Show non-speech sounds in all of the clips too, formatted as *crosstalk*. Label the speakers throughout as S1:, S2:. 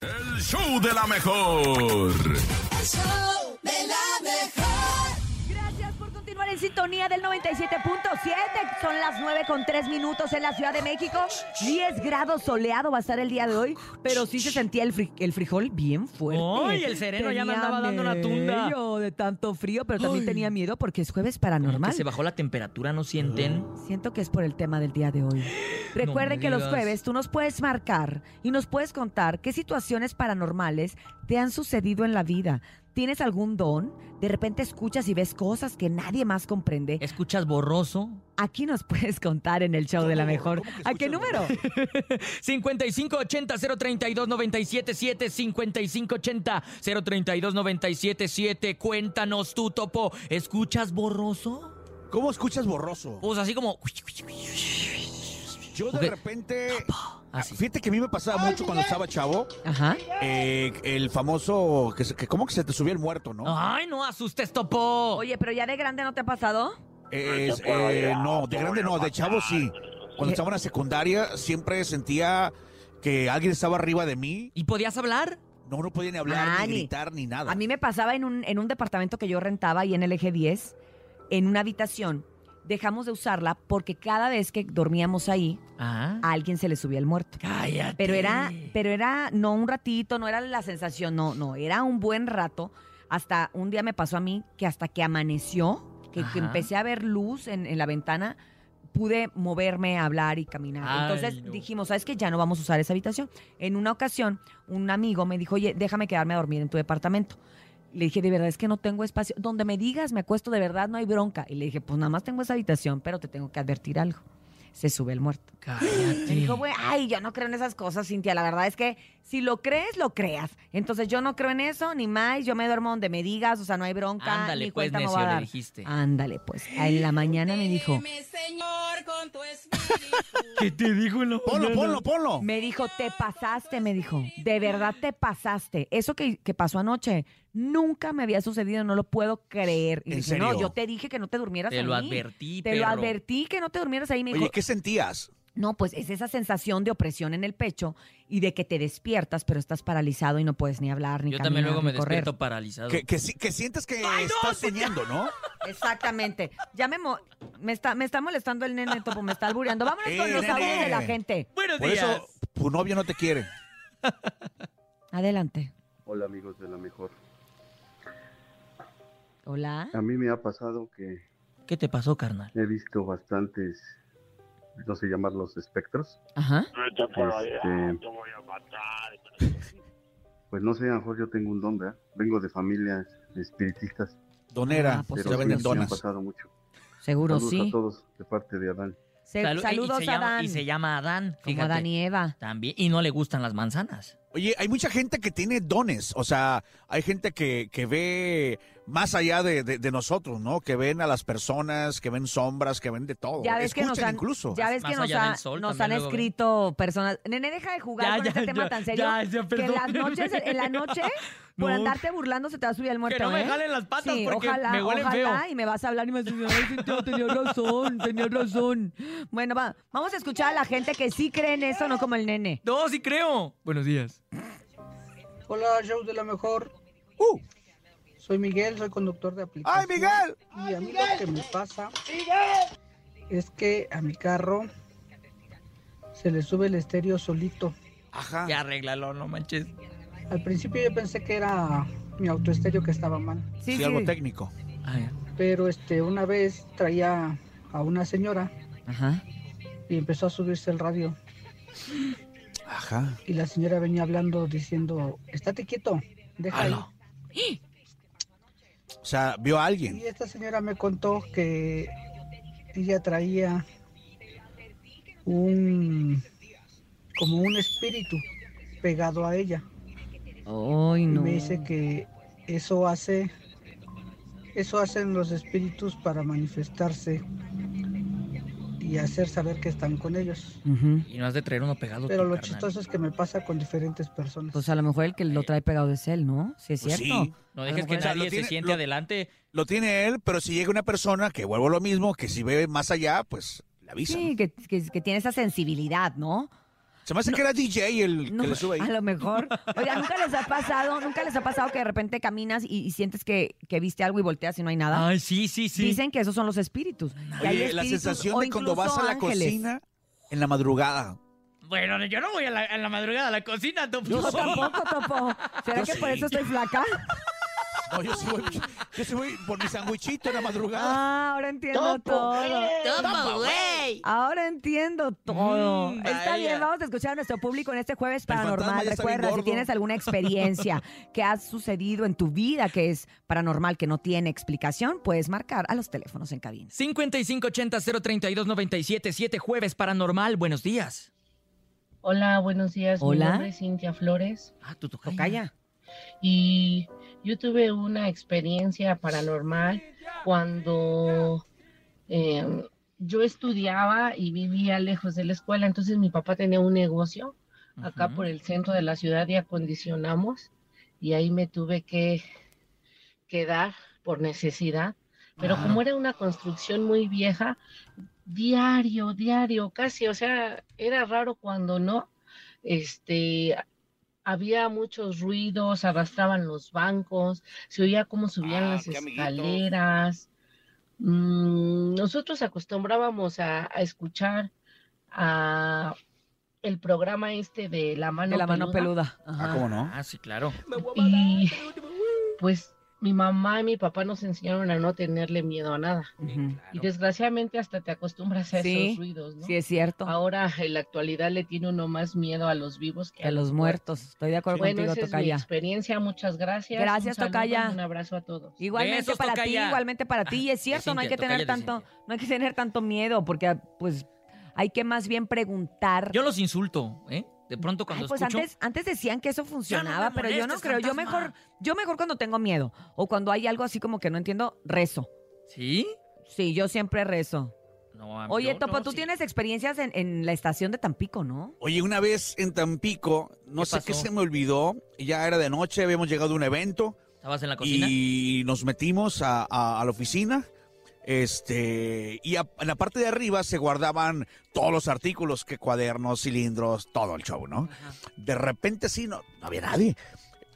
S1: El show de la mejor.
S2: El show de la mejor.
S3: Gracias por continuar en sintonía del 97.7. Son las 9 con 3 minutos en la Ciudad de México. 10 grados soleado va a estar el día de hoy, pero sí se sentía el, fri- el frijol bien fuerte.
S4: ¡Ay, el sereno ya me
S3: Tenía
S4: andaba dando una tunda!
S3: mello de tanto frío, pero también tenía miedo porque es jueves
S4: Normal. Ah.
S3: paranormal.
S4: se bajó la temperatura, ¿no sienten?
S3: Siento que es por el tema del día de
S4: *gasps*
S3: hoy. Recuerden
S4: me
S3: que los
S4: digas.
S3: jueves tú nos puedes marcar y nos puedes contar qué situaciones paranormales te han sucedido en la vida. ¿Tienes algún don? De repente escuchas y ves cosas que nadie más comprende.
S4: ¿Escuchas borroso?
S3: Aquí nos *laughs* puedes contar en el show de la mejor. ¿A qué número?
S4: *laughs* 5580-032-977, 5580-032-977. Cuéntanos tú, Topo. ¿Escuchas borroso?
S5: ¿Cómo escuchas borroso?
S4: Pues así como...
S5: Yo de
S4: ok.
S5: repente.
S3: Ah,
S5: ah,
S4: Así.
S5: Fíjate que a mí me pasaba mucho cuando estaba chavo.
S3: Ajá.
S5: eh, el famoso. Que, se- que ¿Cómo que se te subía el muerto, no?
S3: Ah.
S4: ¡Ay, no asustes, Topo!
S3: Oye, pero ya de grande no te ha pasado.
S5: Es, eh, no, de grande no, de chavo sí.
S3: Eh.
S5: Cuando estaba en la secundaria siempre sentía que alguien estaba arriba de mí.
S4: ¿Y podías hablar?
S5: No, no podía ni hablar,
S3: Ah,
S5: ni,
S3: ni-
S5: gritar, ni nada.
S3: A mí me pasaba en un, en un departamento que yo rentaba ahí en el eje 10, en una habitación. Dejamos de usarla porque cada vez que dormíamos ahí,
S4: Ah.
S3: a alguien se le subía el muerto.
S4: Cállate.
S3: Pero era, pero era no un ratito, no era la sensación, no, no, era un buen rato. Hasta un día me pasó a mí que hasta que amaneció, que, que
S4: Ajá.
S3: empecé a ver luz en, en la ventana, pude moverme, hablar y caminar.
S4: Ay,
S3: Entonces
S4: no.
S3: dijimos, ¿sabes qué? Ya no vamos a usar esa habitación. En una ocasión, un amigo me dijo, oye, déjame quedarme a dormir en tu departamento. Le dije, de verdad es que no tengo espacio. Donde me digas, me acuesto, de verdad no hay bronca. Y le dije, pues nada más tengo esa habitación, pero te tengo que advertir algo. Se sube el muerto. Me
S4: Cállate.
S3: dijo, güey, ay, yo no creo en esas cosas, Cintia. La verdad es que si lo crees, lo creas. Entonces yo no creo en eso, ni más. Yo me duermo donde me digas, o sea, no hay bronca.
S4: Ándale,
S3: ni
S4: pues,
S3: cuenta me
S4: necio,
S3: voy a
S4: le
S3: dar.
S4: dijiste.
S3: Ándale, pues. En la mañana me dijo,
S2: Dime, Señor, con tu espíritu.
S4: ¿Qué te dijo el
S5: Ponlo, ponlo, ponlo.
S3: me dijo, te pasaste, me dijo. De verdad te pasaste. Eso que, que pasó anoche nunca me había sucedido, no lo puedo creer. Y
S5: ¿En
S3: dije, no,
S5: serio?
S3: yo te dije que no te durmieras
S4: Te
S3: ahí.
S4: lo advertí,
S3: Te lo
S4: perro.
S3: advertí que no te durmieras ahí, me dijo.
S5: Oye, ¿qué sentías?
S3: No, pues es esa sensación de opresión en el pecho y de que te despiertas, pero estás paralizado y no puedes ni hablar, ni
S4: Yo también
S3: caminar,
S4: luego me
S3: ni correr.
S4: despierto paralizado.
S5: Que, que, si- que sientes que estás soñando,
S3: *laughs*
S5: ¿no?
S3: Exactamente. Ya me, mo- me, está, me está molestando el nene topo, me está albureando. Vámonos con
S5: Eh,
S3: los
S5: nene.
S3: audios de la gente.
S4: Buenos
S5: Por
S4: días.
S5: eso tu novio no te quiere.
S3: Adelante.
S6: Hola amigos de la mejor.
S3: Hola.
S6: A mí me ha pasado que
S4: ¿Qué te pasó, carnal?
S6: he visto bastantes, no sé llamarlos espectros.
S3: Ajá.
S6: Este, pues no sé, a lo mejor yo tengo un don, ¿verdad? Vengo de familias espiritistas,
S5: Donera,
S3: Ah, pues
S6: pero
S5: ya
S3: sí,
S5: venden
S6: sí, me han
S5: donas.
S6: pasado mucho.
S3: Seguro
S6: Saludos a
S3: sí.
S6: todos de parte de Adán.
S3: Se-
S4: Salu- y- y
S3: saludos
S4: se
S3: a
S4: llama-
S3: Dan.
S4: Y se llama Adán.
S3: como
S4: Fíjate.
S3: Adán y Eva.
S4: También. Y no le gustan las manzanas.
S5: Oye, hay mucha gente que tiene dones, o sea, hay gente que, que ve más allá de, de- de nosotros, ¿no? Que ven a las personas, que ven sombras, que ven de todo.
S3: Ya ves que nos
S5: Escuchan
S3: han-
S5: incluso.
S3: Ya
S4: Más-
S3: ves que
S4: más
S3: nos,
S4: allá
S3: ha-
S4: del sol
S3: nos
S4: también
S3: han
S4: luego ven.
S3: escrito personas. Nene, deja de jugar
S4: Ya,
S3: con
S4: ya,
S3: este tema
S4: ya,
S3: tan serio.
S4: ya, ya,
S3: que en las
S4: perdóneme.
S3: noches, en la
S4: *laughs*
S3: noche, por
S4: No.
S3: andarte burlando, se te va a subir el muerto.
S4: que no
S3: ¿eh?
S4: me jalen las patas
S3: sí,
S4: porque
S3: ojalá,
S4: me huelen
S3: ojalá,
S4: feo.
S3: y me vas a hablar y me vas a decir, "Ay, Cintia, tenía razón, tenía razón. Bueno, va, vamos a escuchar a la gente que sí cree en eso, no como el nene.
S4: No, sí creo. Buenos días.
S7: Hola, show de la mejor.
S5: ¡Uh!
S7: Soy Miguel, soy conductor de aplicación.
S5: ¡Ay, Miguel!
S7: Y a mí lo que me pasa es que a mi carro se le sube el estéreo solito.
S5: Ajá.
S4: Ya arréglalo, no manches.
S7: Al principio yo pensé que era mi autoestéreo que estaba mal,
S3: Sí,
S5: Sí,
S3: sí.
S5: algo técnico.
S4: Ay,
S7: pero este una vez traía a una señora
S3: Ajá.
S7: y empezó a subirse el radio
S5: Ajá.
S7: y la señora venía hablando diciendo, "Estate quieto, deja ahí".
S5: Ala. O sea, vio a alguien.
S7: Y esta señora me contó que ella traía un como un espíritu pegado a ella.
S3: Ay,
S7: Y
S3: no.
S7: me dice que eso hace eso hacen los espíritus para manifestarse y hacer saber que están con ellos.
S3: Ujú.
S4: Y no has de traer uno pegado.
S7: Pero
S4: tú,
S7: lo
S4: carnal.
S7: chistoso es que me pasa con diferentes personas.
S3: Pues a lo mejor el que lo trae pegado es él, ¿no? Sí, es
S5: Pues
S3: cierto.
S5: sí.
S4: No
S3: a
S4: dejes
S3: lo
S4: que
S3: mejor-
S5: O sea, lo
S4: nadie se
S5: tiene-
S4: siente
S5: lo-
S4: adelante.
S5: Lo tiene él, pero si llega una persona que vuelvo a lo mismo, que si ve más allá, pues le avisa.
S3: Sí, que, que- que tiene esa sensibilidad, ¿no?
S5: Se me hace que era DJ el
S3: No,
S5: que le sube ahí.
S3: A lo mejor. Oiga, ¿nunca les ha pasado? ¿Nunca les ha pasado que de repente caminas y, y sientes que, que viste algo y volteas y no hay nada?
S4: Ay, sí, sí, sí.
S3: Dicen que esos son los espíritus. que hay
S5: Oye, la
S3: espíritus
S5: sensación
S3: o
S5: de cuando vas
S3: incluso
S5: a la
S3: ángeles.
S5: cocina en la madrugada.
S4: Bueno, yo no voy a la, a la madrugada a la cocina, Topo.
S3: Yo tampoco, Topo. ¿Será
S5: Yo
S3: que por
S5: sí.
S3: eso estoy flaca?
S5: No, yo sí voy, yo sí voy por mi sandwichito en la madrugada.
S3: Ah, ahora entiendo todo. Ahora entiendo todo.
S4: Mm,
S3: Está bien,
S4: vaya.
S3: vamos a escuchar a nuestro público en este jueves
S5: fantasma
S3: paranormal.
S5: ya está bien
S3: Recuerda, si
S5: gordo.
S3: tienes alguna experiencia que ha sucedido en tu vida que es paranormal, que no tiene explicación, puedes marcar a los teléfonos en cabina.
S4: 5580-032-977, jueves paranormal. Buenos días.
S8: Hola, buenos días.
S3: Hola.
S8: Mi nombre es Cintia Flores
S4: Ah, tu tocaya.
S3: Tocaya.
S8: y yo tuve una experiencia paranormal cuando eh, yo estudiaba y vivía lejos de la escuela. Entonces mi papá tenía un negocio acá
S4: Ujú.
S8: por el centro de la ciudad y acondicionamos y ahí me tuve que quedar por necesidad. Pero
S4: Claro.
S8: como era una construcción muy vieja, diario, diario, casi, o sea, era raro cuando no, este, había muchos ruidos, arrastraban los bancos, se oía cómo subían
S5: Ah,
S8: las
S5: qué amiguitos.
S8: escaleras. Mm, nosotros acostumbrábamos a, a escuchar a el programa este de La Mano
S3: De la mano peluda.
S8: Peluda.
S5: Ah,
S3: Ajá.
S5: ¿cómo no?
S4: Ah, sí, claro.
S8: Y
S5: Ah,
S8: pues mi mamá y mi papá nos enseñaron a no tenerle miedo a nada.
S3: Ujú.
S8: Y desgraciadamente hasta te acostumbras a
S3: Sí,
S8: esos ruidos, ¿no? Ah,
S3: Sí, es cierto.
S8: Ahora en la actualidad le tiene uno más miedo a los vivos que
S3: A los muertos. Estoy de acuerdo
S8: Bueno,
S3: contigo,
S8: esa es mi
S3: Tocaya.
S8: experiencia. Muchas gracias.
S3: Gracias,
S8: un saludo
S3: Tocaya.
S8: y Un abrazo a todos.
S3: Igualmente
S4: Besos,
S3: para ti,
S4: Tocaya.
S3: igualmente para ti. Y es
S4: De
S3: cierto, no hay que
S4: Cintia,
S3: tener
S4: Tocaya de
S3: tanto, no hay que tener tanto miedo, porque pues hay que más bien preguntar.
S4: Yo los insulto, ¿eh? De pronto cuando
S3: Ay, pues
S4: escucho...
S3: antes, antes decían que eso funcionaba,
S4: me
S3: pero yo no
S4: molestes,
S3: creo. Yo
S4: fantasma.
S3: mejor, yo mejor cuando tengo miedo o cuando hay algo así como que no entiendo, rezo.
S4: ¿Sí?
S3: Sí, yo siempre rezo.
S4: No, a mí-
S3: Oye,
S4: Ah, yo
S3: Topo,
S4: no,
S3: tú
S4: sí.
S3: tienes experiencias en, en la estación de Tampico, ¿no?
S5: Oye, una vez en Tampico, no
S4: ¿Qué
S5: sé qué
S4: pasó?
S5: se me olvidó, ya era de noche, habíamos llegado a un evento
S4: ¿Estabas en la cocina?
S5: y nos metimos a, a- a la oficina. Este, y a- en la parte de arriba se guardaban todos los artículos, que cuadernos, cilindros, todo el show, ¿no? De repente sí, no, no había nadie.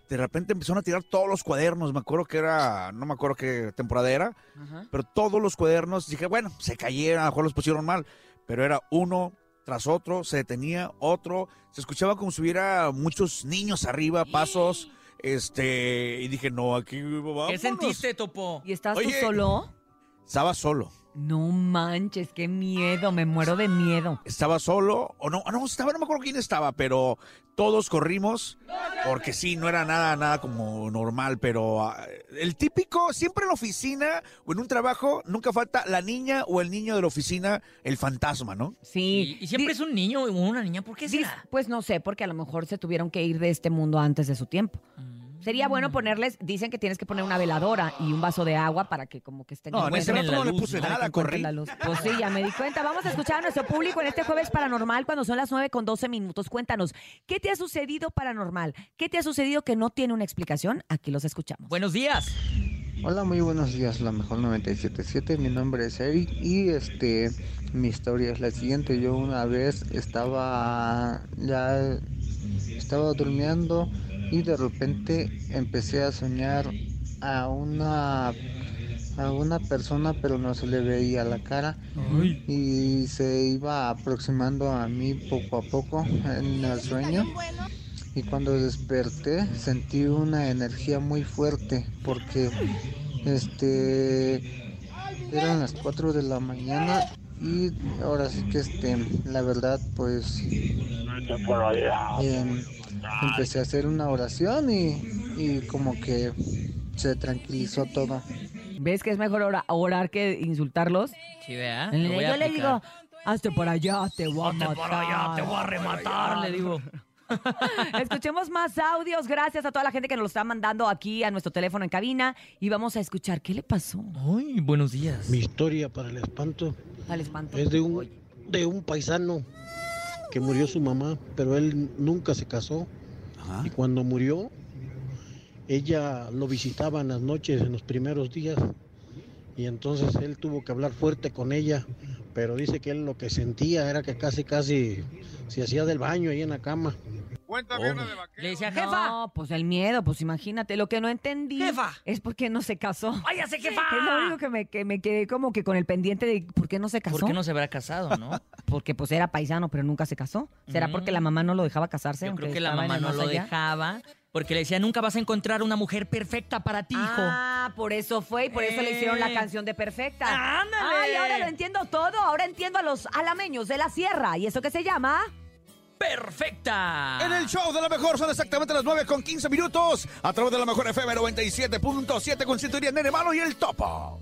S5: De repente empezaron a tirar todos los cuadernos, me acuerdo que era, no me acuerdo qué temporada era,
S3: Ajá.
S5: pero todos los cuadernos, dije, bueno, se cayeron, a lo mejor los pusieron mal, pero era uno tras otro, se detenía otro, se escuchaba como si hubiera muchos niños arriba, pasos, este, y dije, no, aquí vamos.
S4: ¿Qué sentiste, Topo?
S3: ¿Y estás tú
S5: Oye.
S3: solo?
S5: Estaba solo,
S3: No manches, qué miedo, me muero de miedo.
S5: estaba solo, o no, ah, no, estaba, no me acuerdo quién estaba, pero todos corrimos, porque sí, no era nada, nada como normal, pero ah, el típico, siempre en la oficina o en un trabajo, nunca falta la niña o el niño de la oficina, el fantasma, ¿no?
S3: Sí.
S4: Y, y siempre
S3: Di-
S4: es un niño o una niña. ¿Por qué
S3: Dis-
S4: será?
S3: Pues no sé, porque a lo mejor se tuvieron que ir de este mundo antes de su tiempo. Sería bueno
S4: Mm.
S3: ponerles, dicen que tienes que poner una veladora y un vaso de agua para que como que estén
S5: No, en ese
S3: encuentren
S5: rato
S4: la
S5: no le
S4: luz,
S5: puse
S4: ¿no?
S3: para que
S5: nada,
S3: encuentren
S5: corrí.
S3: la luz. Pues sí, ya me di cuenta. Vamos a escuchar a nuestro público en este jueves paranormal cuando son las 9 con 12 minutos. Cuéntanos, ¿qué te ha sucedido paranormal? ¿Qué te ha sucedido que no tiene una explicación? Aquí los escuchamos.
S4: Buenos días.
S9: Hola, muy buenos días, la mejor 977. Mi nombre es Eric y este mi historia es la siguiente. Yo una vez estaba ya estaba durmiendo y de repente empecé a soñar a una a una persona, pero no se le veía la cara y se iba aproximando a mí poco a poco en el sueño. Y cuando desperté sentí una energía muy fuerte porque este eran las 4 de la mañana y ahora sí que este la verdad pues em, empecé a hacer una oración y, y como que se tranquilizó todo.
S3: ¿Ves que es mejor ora- orar que insultarlos?
S4: Sí, vea.
S3: yo le digo, hazte por allá, te voy a matar.
S4: a rematar, le digo.
S3: Escuchemos más audios. Gracias a toda la gente que nos lo está mandando aquí a nuestro teléfono en cabina. Y vamos a escuchar qué le pasó
S4: Ay, buenos días.
S10: Mi historia para el espanto
S3: al espanto.
S10: es de un, de un paisano que murió su mamá, pero él nunca se casó.
S5: Ajá.
S10: Y cuando murió, ella lo visitaba en las noches, en los primeros días. Y entonces él tuvo que hablar fuerte con ella pero dice que él lo que sentía era que casi, casi se hacía del baño ahí en la cama.
S4: Le decía, jefa,
S3: Oh, No, pues el miedo, pues imagínate. Lo que no entendí
S4: Jefa.
S3: es por qué no se casó.
S4: váyase, jefa.
S3: Es lo único que me, que me quedé como que con el pendiente de por qué no se casó.
S4: ¿Por qué no se habrá
S3: *laughs*
S4: casado, no?
S3: Porque pues era paisano, pero nunca se casó. ¿Será
S4: Mm.
S3: porque la mamá no lo dejaba casarse?
S4: Yo
S3: aunque
S4: creo que la
S3: estaba en
S4: mamá
S3: el
S4: no
S3: más
S4: lo
S3: allá?
S4: dejaba porque le decía, nunca vas a encontrar una mujer perfecta para ti, hijo.
S3: Ah, por eso fue y por eso le hicieron la
S4: Eh.
S3: canción de Perfecta.
S4: ¡Ándale!
S3: Ay, ahora lo entiendo todo. Ahora entiendo a los alameños de la sierra. ¿Y eso qué se llama?
S4: ¡Perfecta!
S5: En el show de la mejor son exactamente las 9 con 15 minutos a través de la mejor FM 97.7 con Cinturía Nene Malo y el Topo.